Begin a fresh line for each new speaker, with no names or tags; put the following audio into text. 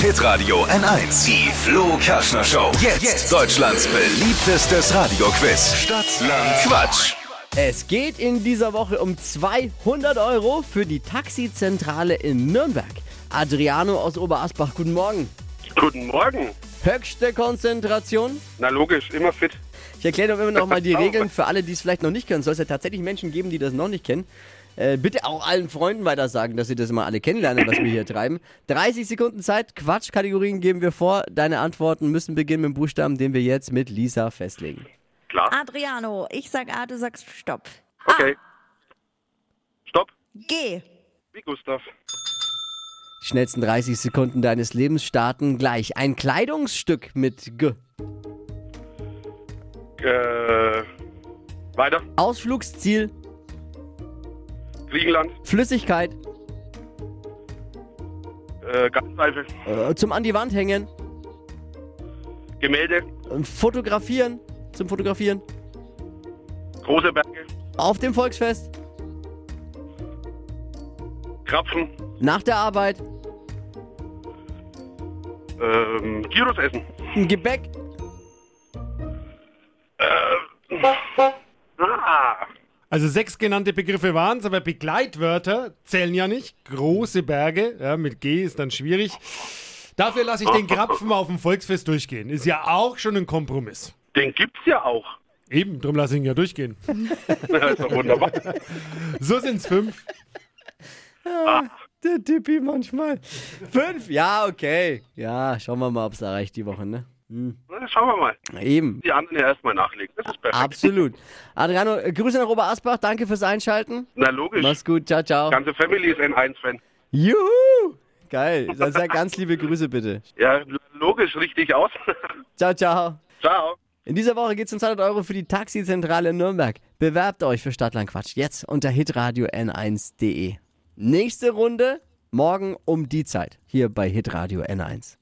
Hitradio N1. Die Flo Kaschner Show. Jetzt, Deutschlands beliebtestes Radioquiz. Stadt, Land, Quatsch.
Es geht in dieser Woche um 200 Euro für die Taxizentrale in Nürnberg. Adriano aus Oberasbach, guten Morgen.
Guten Morgen.
Höchste Konzentration.
Na logisch, immer fit.
Ich erkläre doch immer noch mal die Regeln für alle, die es vielleicht noch nicht kennen. Soll es ja tatsächlich Menschen geben, die das noch nicht kennen. Äh, bitte auch allen Freunden weiter sagen, dass sie das mal alle kennenlernen, was wir hier treiben. 30 Sekunden Zeit, Quatschkategorien geben wir vor. Deine Antworten müssen beginnen mit dem Buchstaben, den wir jetzt mit Lisa festlegen.
Klar.
Adriano, ich sag A, du sagst Stopp.
Okay. Stopp.
G.
Wie Gustav.
Die schnellsten 30 Sekunden deines Lebens starten gleich. Ein Kleidungsstück mit G.
Äh, weiter.
Ausflugsziel,
Griechenland.
Flüssigkeit,
Äh, Ganzseife.
äh, zum an die Wand hängen,
Gemälde.
äh, fotografieren, zum Fotografieren,
Große Berge.
auf dem Volksfest,
Krapfen.
nach der Arbeit,
Ähm, Gyros essen.
ein Gebäck,
Ah.
Also sechs genannte Begriffe waren es, aber Begleitwörter zählen ja nicht. Große Berge, ja, mit G ist dann schwierig. Dafür lasse ich den Krapfen auf dem Volksfest durchgehen. Ist ja auch schon ein Kompromiss.
Den gibt's ja auch.
Eben, drum lasse ich ihn ja durchgehen.
Das ist doch wunderbar.
So sind es fünf.
der Tippi manchmal. Fünf, ja, okay. Ja, schauen wir mal, ob es erreicht die Woche, ne?
Na, Schauen wir mal.
Eben.
Die anderen ja erstmal nachlegen. Das ist perfekt.
Absolut. Adriano, äh, Grüße nach Oberasbach, danke fürs Einschalten.
Na logisch.
Mach's gut, ciao, ciao.
Ganze Family ist N1-Fan.
Juhu! Geil. Dann sag ganz liebe Grüße bitte.
Ja, logisch, richtig aus.
Ciao, ciao.
Ciao.
In dieser Woche geht's um 200 Euro für die Taxizentrale in Nürnberg. Bewerbt euch für Stadtlandquatsch jetzt unter hitradio n1.de. Nächste Runde morgen um die Zeit hier bei Hitradio N1.